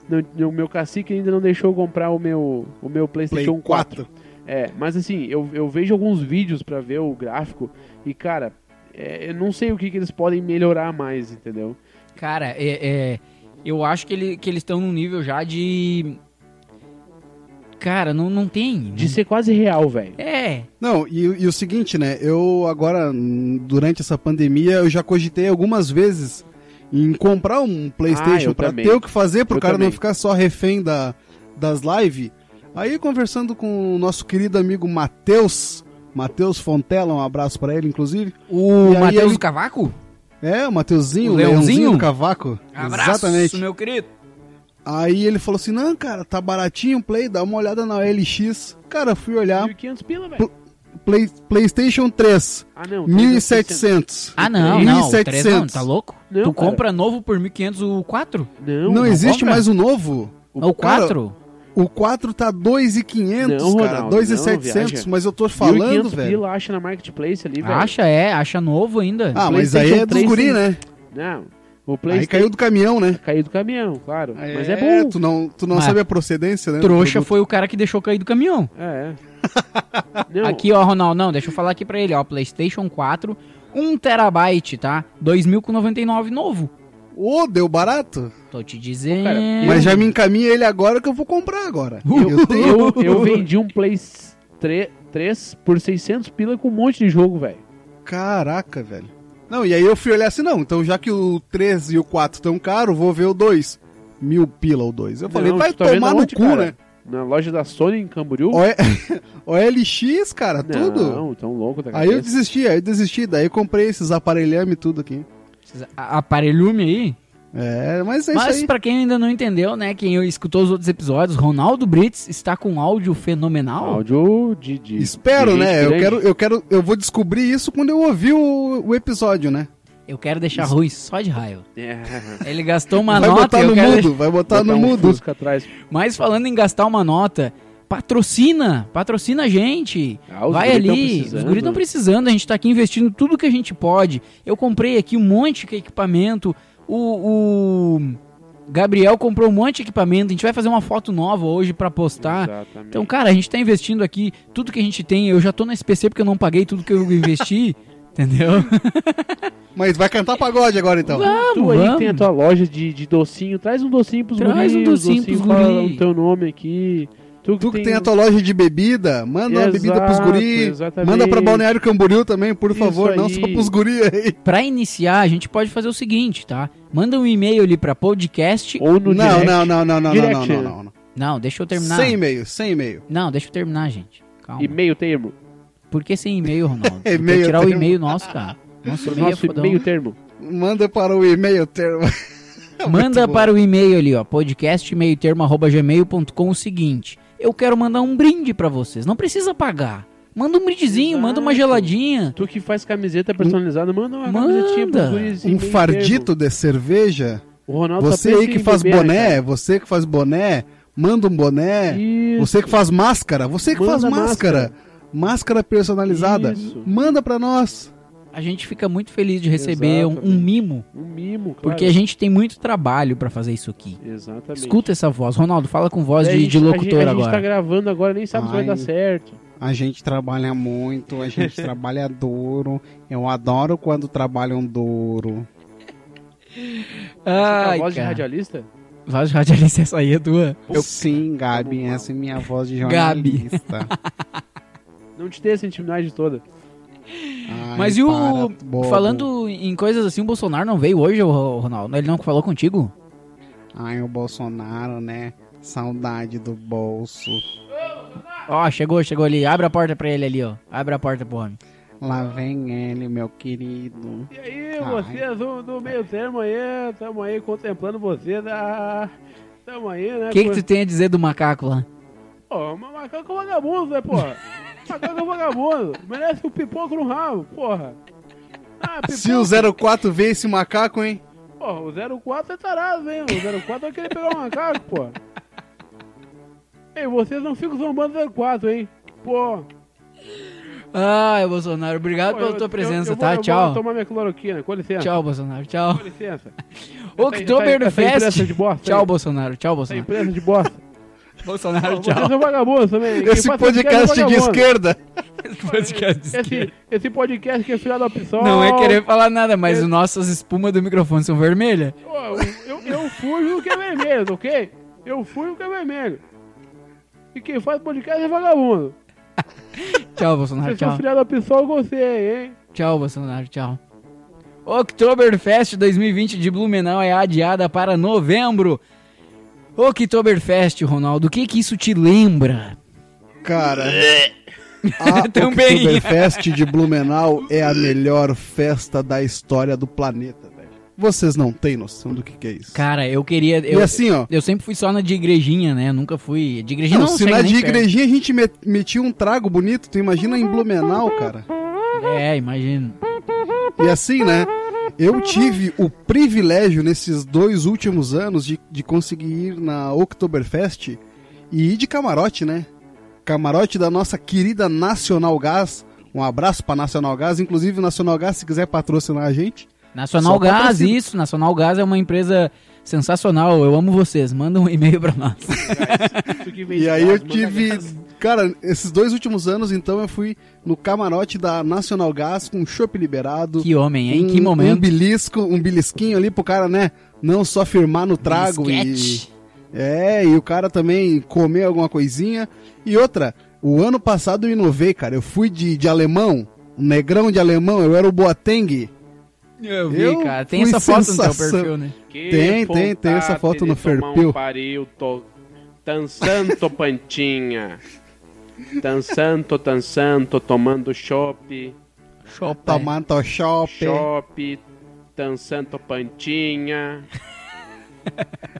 não- o meu cacique ainda não deixou eu comprar o meu, o meu
Play
PlayStation 4.
4.
É, mas assim, eu, eu vejo alguns vídeos pra ver o gráfico e, cara, é, eu não sei o que, que eles podem melhorar mais, entendeu?
Cara, é, é, eu acho que, ele- que eles estão num nível já de. Cara, não, não tem.
De ser quase real, velho.
É.
Não, e, e o seguinte, né? Eu agora, n- durante essa pandemia, eu já cogitei algumas vezes em comprar um PlayStation
Ah, eu
pra
também.
ter o que fazer, pro
Eu
cara
também.
não ficar só refém da, das lives. Aí, conversando com o nosso querido amigo Matheus, Matheus Fontela, um abraço pra ele, inclusive.
O
E aí
Matheus
ele-
do Cavaco?
É, o Mateuzinho,
O
o Leãozinho
Leãozinho?
do Cavaco.
Abraço,
Exatamente.
meu querido.
Aí ele falou assim: não, cara, tá baratinho o Play, dá uma olhada na LX. Cara, fui olhar.
1.500 pila, velho.
Play, PlayStation 3,
Ah, não.
1700.
Ah, não, não. o três não, tá louco?
Não,
tu
cara.
compra novo por 1.500 o 4?
Não,
Não, existe
compra?
mais o novo.
O, o
cara,
4?
O 4 tá 2,500,
Não,
cara.
Ronaldo, não,
2,700,
viaja.
mas eu tô
1.500
falando, velho.
pila acha na Marketplace ali, velho.
acha, é. Acha novo ainda.
Ah, mas aí é dos
PlayStation
guri,
três,
né?
Não. O
Aí
PlayStation
caiu do caminhão, né?
caiu do caminhão, claro. Mas é bom.
Tu não, tu não
Mas-
sabe a procedência, né?
Trouxa foi o cara que deixou cair do caminhão.
É.
(laughs)
é. Não,
Aqui, ó, Ronaldo, não, deixa eu falar aqui pra ele, ó, PlayStation 4, 1 terabyte, tá? 2.099 novo.
Ô, deu barato.
Tô te dizendo.
Cara,
Mas já me encaminha ele agora que eu vou comprar agora.
Uh,
Eu tenho-
eu, eu vendi um Play 3, por 600 pila com um monte de jogo, velho.
Caraca, velho. Não, e aí eu fui olhar assim, não, então já que o 3 e o 4 tão caro, vou ver o 2. Mil pila o 2. Eu falei,
Não,
vai
tu tá vendo
tomar no
aonde,
cu,
cara?
né?
Na loja da Sony em Camboriú?
(laughs) O- OLX, cara, tudo.
Não, tão louco da
Aí eu
cabeça.
desisti, aí eu desisti, daí eu comprei esses aparelhame e tudo aqui.
Esses a- Aparelhume aí.
É, mas é
Mas
isso aí.
pra quem ainda não entendeu, né, quem escutou os outros episódios, Ronaldo Brits está com um áudio fenomenal.
Áudio de, de
Espero,
de gente
né? Eu
grande.
quero, eu quero, eu vou descobrir isso quando eu ouvir o, o episódio, né?
Eu quero deixar ruim só de raiva.
É.
Ele gastou uma
vai,
nota,
botar
eu
no
quero
mudo, vai botar tá no
um
mudo,
Fusca atrás.
Mas falando em gastar uma nota, patrocina, patrocina a gente.
Ah, os
Vai
guri tão
ali, os
precisando. né?
guris estão precisando, a gente tá aqui investindo tudo que a gente pode. Eu comprei aqui um monte de equipamento, o, o Gabriel comprou um monte de equipamento, a gente vai fazer uma foto nova hoje pra postar.
Exatamente.
Então, cara, a gente tá investindo aqui tudo que a gente tem. Eu já tô na SPC porque eu não paguei tudo que eu investi, (laughs) entendeu?
Mas vai cantar pagode agora então.
tu
Vamos,
aí
Ah, vamos.
tem a tua loja de, de docinho, traz um docinho pros
Traz
guris,
um docinho pros
fala
guri.
o teu nome aqui.
Tu que tem a tua loja de bebida, manda uma bebida pros
um- Exato,
guri.
exatamente.
Manda pra Balneário Camboriú também, por
Isso
favor, não
aí.
só pros guri aí.
Pra iniciar, a gente pode fazer o seguinte, tá? Manda um e-mail ali pra podcast.
Ou no
Não,
direct.
não, não, não, não, não, não,
Direct,
não, não, não.
Não, deixa eu terminar.
Sem e-mail, sem e-mail.
Não, deixa eu terminar, gente. Calma.
E meio termo.
Por que sem e-mail,
(laughs)
Ronaldo?
É
Tem que
meio
tirar o
termo.
e-mail nosso, cara. Nosso e-mail é
Nosso
fodão.
meio termo.
Manda para o e-mail termo.
é
Manda
bom.
para o e-mail ali, ó, podcastmeiotermo.gmail.com o seguinte. Eu quero mandar um brinde pra vocês. Não precisa pagar. Manda um brindezinho, manda uma
Exato.
geladinha.
Tu que faz camiseta personalizada, manda uma
Manda.
camisetinha pros guris em
Hum. Um
meio
fardito de cerveja.
termo. O Ronaldo só
Você
pensa
aí que
em
faz
beber,
boné,
cara.
você que faz boné, manda um boné.
Isso.
Você que faz máscara, você que
Manda
faz máscara. Máscara, personalizada.
Isso.
Manda pra nós.
A gente fica muito feliz de receber um, um
Exatamente.
mimo,
Um mimo, claro.
porque a gente tem muito trabalho pra fazer isso aqui.
Exatamente.
Escuta essa voz. Ronaldo, fala com voz
É, a
de,
gente-
de locutor
A gente tá
agora.
gravando agora, nem sabe se vai
Ai.
dar certo.
A gente trabalha muito, a gente (laughs) trabalha duro. Eu adoro quando trabalham duro.
Você tá com a
Ai,
voz de
cara.
radialista?
Voz de radialista, essa aí é tua.
Eu, Sim, Gabi, essa é minha voz de
Gabi.
jornalista.
Não te dê essa intimidade toda.
Ai,
Mas e o-
para, bobo.
Falando em coisas assim, o Bolsonaro não veio hoje, ô, Ronaldo. Ele não falou contigo?
Ai, o Bolsonaro, né? Saudade do bolso.
Ó, chegou, chegou ali. Abre a porta pra ele ali, ó. Abre a porta pro homem.
Lá vem ele, meu querido.
E aí,
Ah,
Ai.
vocês do, do meio termo aí, tamo aí contemplando vocês. Ah, tamo aí, né?
O que, que
com-
tu tem a dizer do macaco lá?
Pô, ma- macaco é vagabundo, né, porra? macaco é vagabundo. Merece um pipoco no rabo, porra. Ah, pipoco.
Se o 04 vê esse macaco, hein?
Porra, o 04 é tarado, hein? O 04 é aquele pegar o macaco, porra. Ei, vocês não ficam zombando do 04, hein? Pô.
Ai, Bolsonaro, obrigado
Pô,
pela
eu-
tua
eu-
presença,
eu vou-
tá?
eu vou
Tchau.
tomar minha Tá cloroquina, com licença.
Tchau, Bolsonaro, tchau.
Com licença.
Oktoberfest.
Essa- essa imprensa tá de bosta aí. Tá
Tchau, Bolsonaro, tchau,
Essa
Bolsonaro.
empresa de bosta.
Bolsonaro,
Vocês
(laughs) tchau.
são vagabundos também.
(laughs)
Quem
Esse
faz
podcast
é
de
vagabundo.
esquerda.
Podcast de esquerda.
Esse, esse podcast que é filha da pessoa.
Não é querer falar nada, mas as nossas espumas do microfone são vermelhas.
Pô, eu, eu fujo do que é vermelho, ok? Eu fujo do que é vermelho. E quem faz podcast é vagabundo.
Tchau, Bolsonaro,
(laughs)
Vocês são
tchau.
filha da pessoa com você, hein?
Tchau, Bolsonaro, tchau. Oktoberfest 2020 de Blumenau é adiada para novembro. Oktoberfest, Ronaldo, o que que isso te lembra? (laughs)
Cara, a
Também.
Oktoberfest de Blumenau é a melhor festa da história do planeta, velho. Vocês não têm noção do que, que é isso.
Cara, eu queria...
e
Eu,
assim, ó.
eu sempre fui só na de igrejinha, né? Nunca fui... De igrejinha
não,
não,
se
chega
na
nem
de
perto.
igrejinha a gente met- metia um trago bonito, tu imagina em Blumenau, cara.
É, imagino.
E assim, né? Eu tive o privilégio nesses dois últimos anos de, de conseguir ir na Oktoberfest e ir de camarote, né? Camarote da nossa querida Nacional Gás. Um abraço pra Nacional Gás. Inclusive, Nacional Gás, se quiser patrocinar a gente.
Nacional
Só
Gás,
patrocínio.
isso. Nacional Gás é uma empresa sensacional. Eu amo vocês. Manda um e-mail pra
(laughs)
nós.
E aí eu tive. Cara, esses dois últimos anos, então, eu fui no camarote da Nacional Gás com chopp liberado.
que homem, hein?
um-
que
Um
momento.
belisco, um belisquinho ali pro cara, né? Não só firmar no trago e.
Esquete.
É, e o cara também comer alguma coisinha. E outra, o ano passado eu inovei, cara. Eu fui de, de alemão, um negrão de alemão, eu era o Boateng.
Eu vi,
Eu
cara. Tem
fui
essa foto no teu
sensação.
perfil, né?
Tem, tem, tem essa foto no Ferpil.
um pariu, tô dançando (laughs) pantinha. Dançando, dançando, tomando chopp,
Chopa.
Tomato shop.
chopp, dançando pantinha.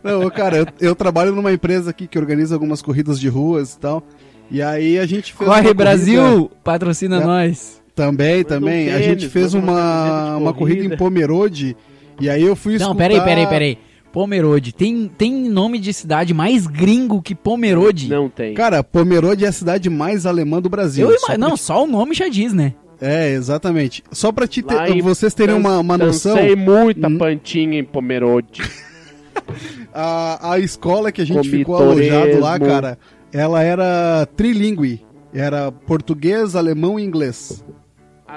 Não, cara, eu, eu trabalho numa empresa aqui que organiza algumas corridas de ruas e tal. E aí a gente fez. uma
Corre
corrida-
Brasil, patrocina
É.
nós.
Também,
Manda um
também. a
tênis,
gente fez
manda
uma,
uma
uma,
camiseta de
corrida em
corrida.
Pomerode. E aí eu fui
Não,
escutar-
peraí, peraí, peraí. Pomerode. Tem, tem nome de cidade mais gringo que Pomerode?
Não tem.
Cara, Pomerode é a cidade mais alemã do Brasil.
Eu
Só pra
imagino. Não, só o nome já diz, né?
te- É, exatamente. Só pra te ter-
Lá em
vocês terem uma, uma noção.
Dancei muita
Hum.
pantinha em Pomerode.
a, a escola que a gente
Comi
ficou alojado lá,
turismo.
cara, ela era trilingue. Era português, alemão e inglês.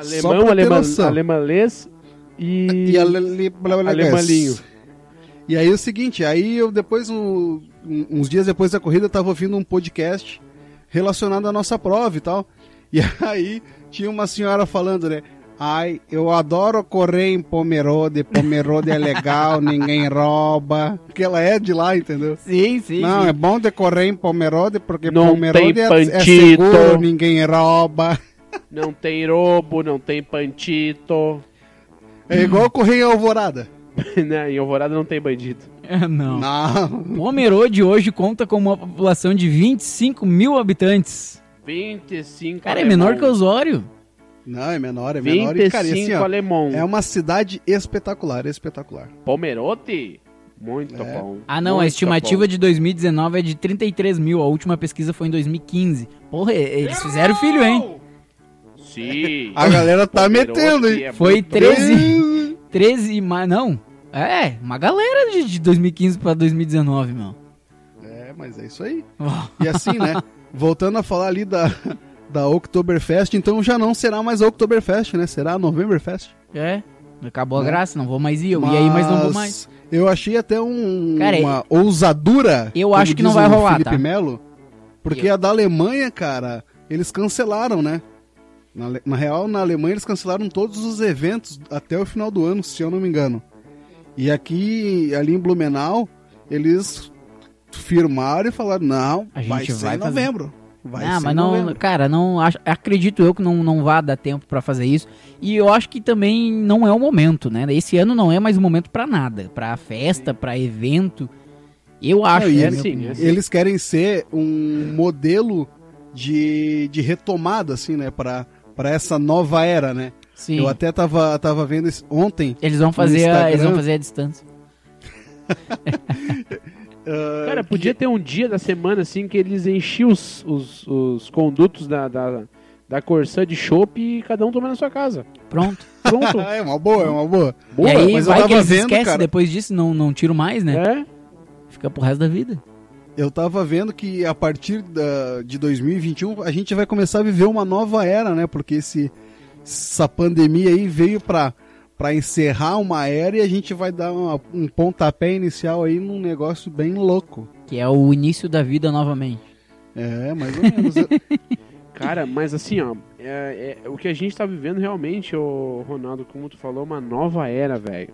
Só pra
Alemão,
ter
alemã,
noção.
alemanês e...
E ale- blá, blá, blá,
Alemalinho.
E aí é o seguinte, aí eu depois, um- um- uns dias depois da corrida, eu tava ouvindo um podcast (laughs) relacionado à nossa prova e tal. E aí tinha uma senhora falando, né? Ai, eu adoro correr em Pomerode, Pomerode é legal, ninguém rouba. Porque ela é de lá, entendeu?
Sim, sim.
Não, é bom decorrer em Pomerode, porque
Não
Pomerode
tem
é, é
pantito.
seguro, ninguém rouba.
Não tem robo, não tem pantito. (laughs)
É igual correr em Alvorada.
né? Em Alvorada não tem bandido.
(laughs) É, não.
Não.
Pomerode hoje conta com uma população de 25 mil habitantes.
25
Cara, é
alemão.
menor que Osório.
Não, é menor, é menor. E,
25
cara, e assim, ó,
alemão.
é uma cidade espetacular, espetacular.
Pomerote? Muito
É.
bom.
Ah, não, a
muito
estimativa
bom.
de 2019 é de 33 mil. A última pesquisa foi em 2015. Porra, e- eles fizeram filho, hein?
Sim.
A galera tá metendo,
é
hein?
Foi
três.
13, 13 mais. Não, é, uma galera de, de 2015 pra 2019, meu.
É, mas é isso aí. E assim, (laughs) né? Voltando a falar ali da, da Oktoberfest, então já não será mais a Oktoberfest, né? Será a Novemberfest.
É, acabou a
Né?
graça, não vou mais ir. Eu ia ir, mas não vou mais.
Eu achei até um,
Cara,
uma ousadura.
eu
como
acho que
diz
não vai
o
rolar,
Felipe
tá?
Melo, porque a da Alemanha, cara, eles cancelaram, né? Na, Ale- na real, na Alemanha eles cancelaram todos os eventos até o final do ano, se eu não me engano. E aqui, ali em Blumenau, eles firmaram e falaram: não,
A gente
vai ser
vai
em
fazer."
novembro. Vai
ah,
ser
mas
em
não,
novembro.
cara, não acho, acredito eu que não, não vá dar tempo pra fazer isso. E eu acho que também não é o momento, né? Esse ano não é mais o momento pra nada, Pra festa, pra evento. Eu acho,
e
né,
eles-
meu-
sim, é sim.
Eles querem ser um modelo de, de retomada, assim, né? Pra, pra essa nova era, né?
sim.
Eu até tava, tava vendo isso ontem.
Eles vão fazer, a, eles vão
Instagram.
fazer a distância.
ah,
Cara, podia ter um dia da semana assim que eles enchiam os, os, os condutos da, da, da Corsã de chopp e cada um toma na sua casa.
Pronto.
Pronto.
é uma boa, é uma boa.
e aí
mas eu
vai
tava
que eles
vendo,
esquecem
cara.
depois disso, não, não tiro mais, (laughs) né?
É?
Fica pro resto da vida.
Eu tava vendo que a partir da, de 2021 a gente vai começar a viver uma nova era, né? Porque esse, essa pandemia aí veio pra, pra encerrar uma era e a gente vai dar uma- um pontapé inicial aí num negócio bem louco.
Que é o início da vida novamente.
É, mais ou
(laughs)
menos. Eu-
Cara, mas assim, ó, é- é- o que a gente tá vivendo realmente, ô, Ronaldo, como tu falou, é uma nova era, velho.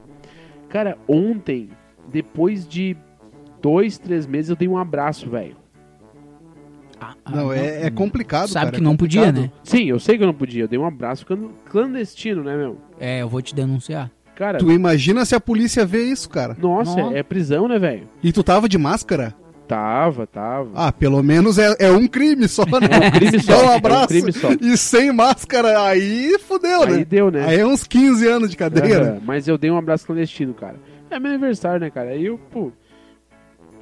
Cara, ontem, depois de dois, três meses, eu dei um abraço, velho.
Ah, ah,
não, é, é complicado,
Sabe
cara,
que
é
não podia,
complicado.
né?
Sim, eu sei que eu não podia, eu dei um abraço clan- clandestino, né, meu?
É, eu vou te denunciar.
Cara,
Tu imagina se a polícia vê isso, cara.
nossa,
Nó.
é prisão, né, velho?
E tu tava de máscara?
Tava, tava.
Ah, pelo menos é, é um crime só,
É
né?
um crime só,
(laughs) Dá um
é um
abraço
crime só.
e sem máscara, aí fudeu,
Aí
né?
deu, né?
Aí né? é uns 15 anos de cadeira.
Aham, mas eu dei um abraço clandestino, cara. É meu aniversário, né, cara? Aí eu, pô.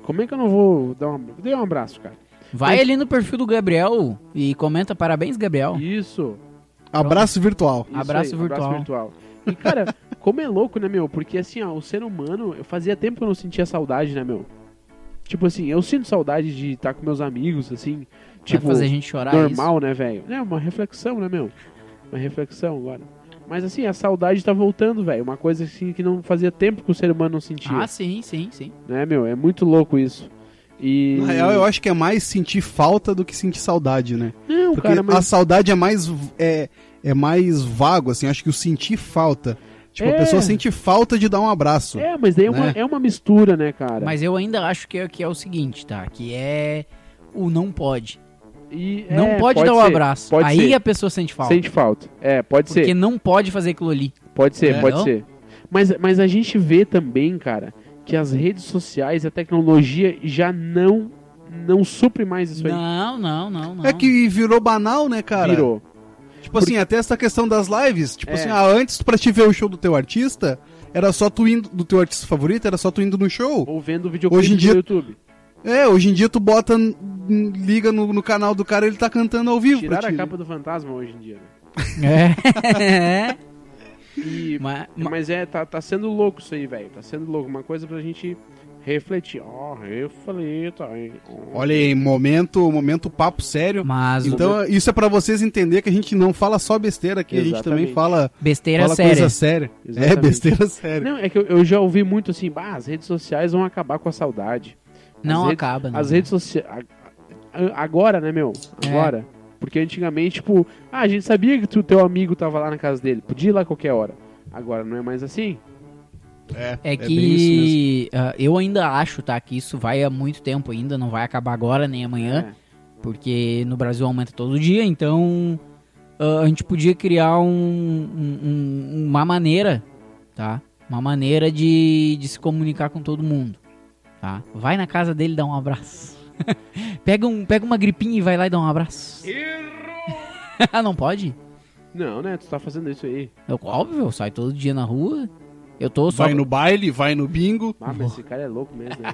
Como é que eu não vou dar um abraço? Dei um abraço, cara.
Vai ali no perfil do Gabriel e comenta parabéns, Gabriel.
Isso.
Abraço virtual.
isso
Abraço virtual.
E, cara, como é louco, né, meu? Porque, assim, ó, o ser humano, eu fazia tempo que eu não sentia saudade, né, meu? Tipo assim, eu sinto saudade de estar com meus amigos, assim. Tipo,
Vai fazer a gente chorar isso.
normal, né, velho? É uma reflexão, né, meu? Uma reflexão agora. Mas, assim, a saudade tá voltando, velho. Uma coisa, assim, que não fazia tempo que o ser humano não sentia.
Ah, sim, sim, sim.
né, meu? É muito louco isso. E...
Na real, eu acho que é mais sentir falta do que sentir saudade, né?
Não,
Porque
cara,
a
mas...
saudade é mais é, é mais vago, assim. Acho que o sentir falta. Tipo,
É.
a pessoa sente falta de dar um abraço.
É, mas daí é uma,
né?
é uma mistura, né, cara?
Mas eu ainda acho que é, que é o seguinte, tá? Que é o não pode.
E,
não
é,
pode, dar o
ser,
abraço.
pode
Aí
ser.
a pessoa sente falta.
Sente falta. É, pode
porque
ser.
não pode fazer aquilo ali.
Pode ser,
É,
pode
não?
ser. Mas, mas a gente vê também, cara, que as redes sociais, a tecnologia já não não supre mais isso aí.
Não, não, não, não.
É que virou banal, né, cara?
Virou.
Tipo assim, até essa questão das lives, tipo
É.
assim, ah, antes pra te ver o show do teu artista, era só tu indo do teu artista favorito, era só tu indo no show.
Ou vendo videoclipe
Hoje em dia-
no YouTube.
É, hoje em dia tu bota, n- n- liga no, no canal do cara, ele tá cantando ao vivo pra
Tiraram
ti,
a
né?
capa do fantasma hoje em dia. Né?
É. (laughs) É.
E-
Ma- ma-
mas é, tá, tá sendo louco isso aí, velho. Tá sendo louco. Uma coisa pra gente refletir. Ó, reflita aí. Ó.
Olha aí, momento, momento papo sério.
Mas o
Então, isso é pra vocês entenderem que a gente não fala só besteira aqui, a gente
Exatamente.
também fala,
besteira
fala
séria.
coisa séria. É,
Exatamente.
besteira séria.
Não, é que eu, eu já ouvi muito assim, bah, as redes sociais vão acabar com a saudade.
Não
As redes-
acaba, não.
As redes sociais. Agora, né, meu?
Uhum. É.
Agora. Porque antigamente, tipo, ah, a gente sabia que o teu amigo tava lá na casa dele, podia ir lá a qualquer hora. Agora não é mais assim.
É,
É
bem isso mesmo.
que ah, eu ainda acho, tá? Que isso vai há muito tempo ainda, não vai acabar agora nem amanhã, porque no Brasil aumenta todo dia, então ah, a gente podia criar um- um- um- uma maneira, tá? Uma maneira de, de se comunicar com todo mundo, tá? Vai na casa dele dar um abraço. (laughs) pega, um, pega uma gripinha e vai lá e dá um abraço. (laughs) Ah, não pode?
Não, né? Tu tá fazendo isso aí.
Eu, óbvio, eu saio todo dia na rua. Eu tô só.
Vai no baile, vai no bingo.
Ah, mas esse cara é louco mesmo, né?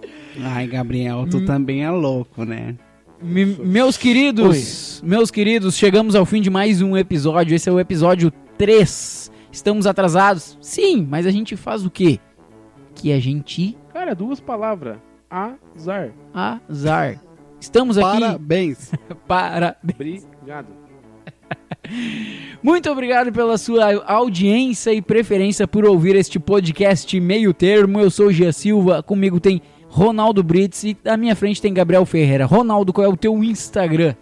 (laughs)
Ai, Gabriel, tu também é louco, né?
Me- meus queridos, meus queridos, chegamos ao fim de mais um episódio. Esse é o episódio 3. Estamos atrasados? Sim, mas a gente faz o quê? Que a gente
Cara, duas palavras. Azar.
azar. Estamos aqui
Parabéns.
para.
Obrigado.
Muito obrigado pela sua audiência e preferência por ouvir este podcast meio termo. Eu sou Gia Silva, comigo tem Ronaldo Brits e à minha frente tem Gabriel Ferreira. Ronaldo, qual é o teu Instagram?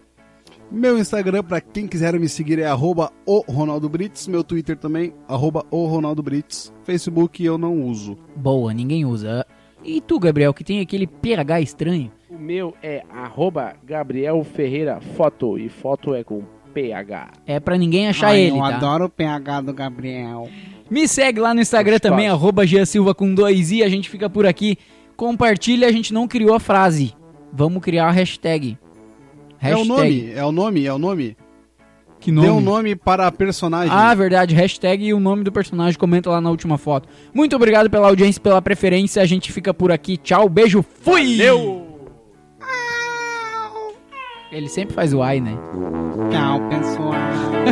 Meu Instagram, pra quem quiser me seguir, é arroba o Ronaldo Brits. Meu Twitter também, arroba o Ronaldo Brits. Facebook eu não uso.
Boa, ninguém usa. E tu, Gabriel, que tem aquele PH estranho?
O meu é arroba Gabriel Ferreira Foto. E foto é com PH.
É pra ninguém achar
Ai,
ele,
Eu
tá?
adoro o PH do Gabriel.
Me segue lá no Instagram
Gostoso.
também, arroba Gia Silva com dois i, a gente fica por aqui. Compartilha, a gente não criou a frase. Vamos criar a hashtag.
É o nome, é o nome, é o nome.
Que
Dê
nome?
um nome para a personagem.
Ah, verdade, hashtag e o nome do personagem, comenta lá na última foto. Muito obrigado pela audiência, pela preferência, a gente fica por aqui. Tchau, beijo, fui! Ele sempre faz o ai,
(laughs)
né?
Tchau, pessoal.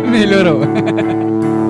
Melhorou.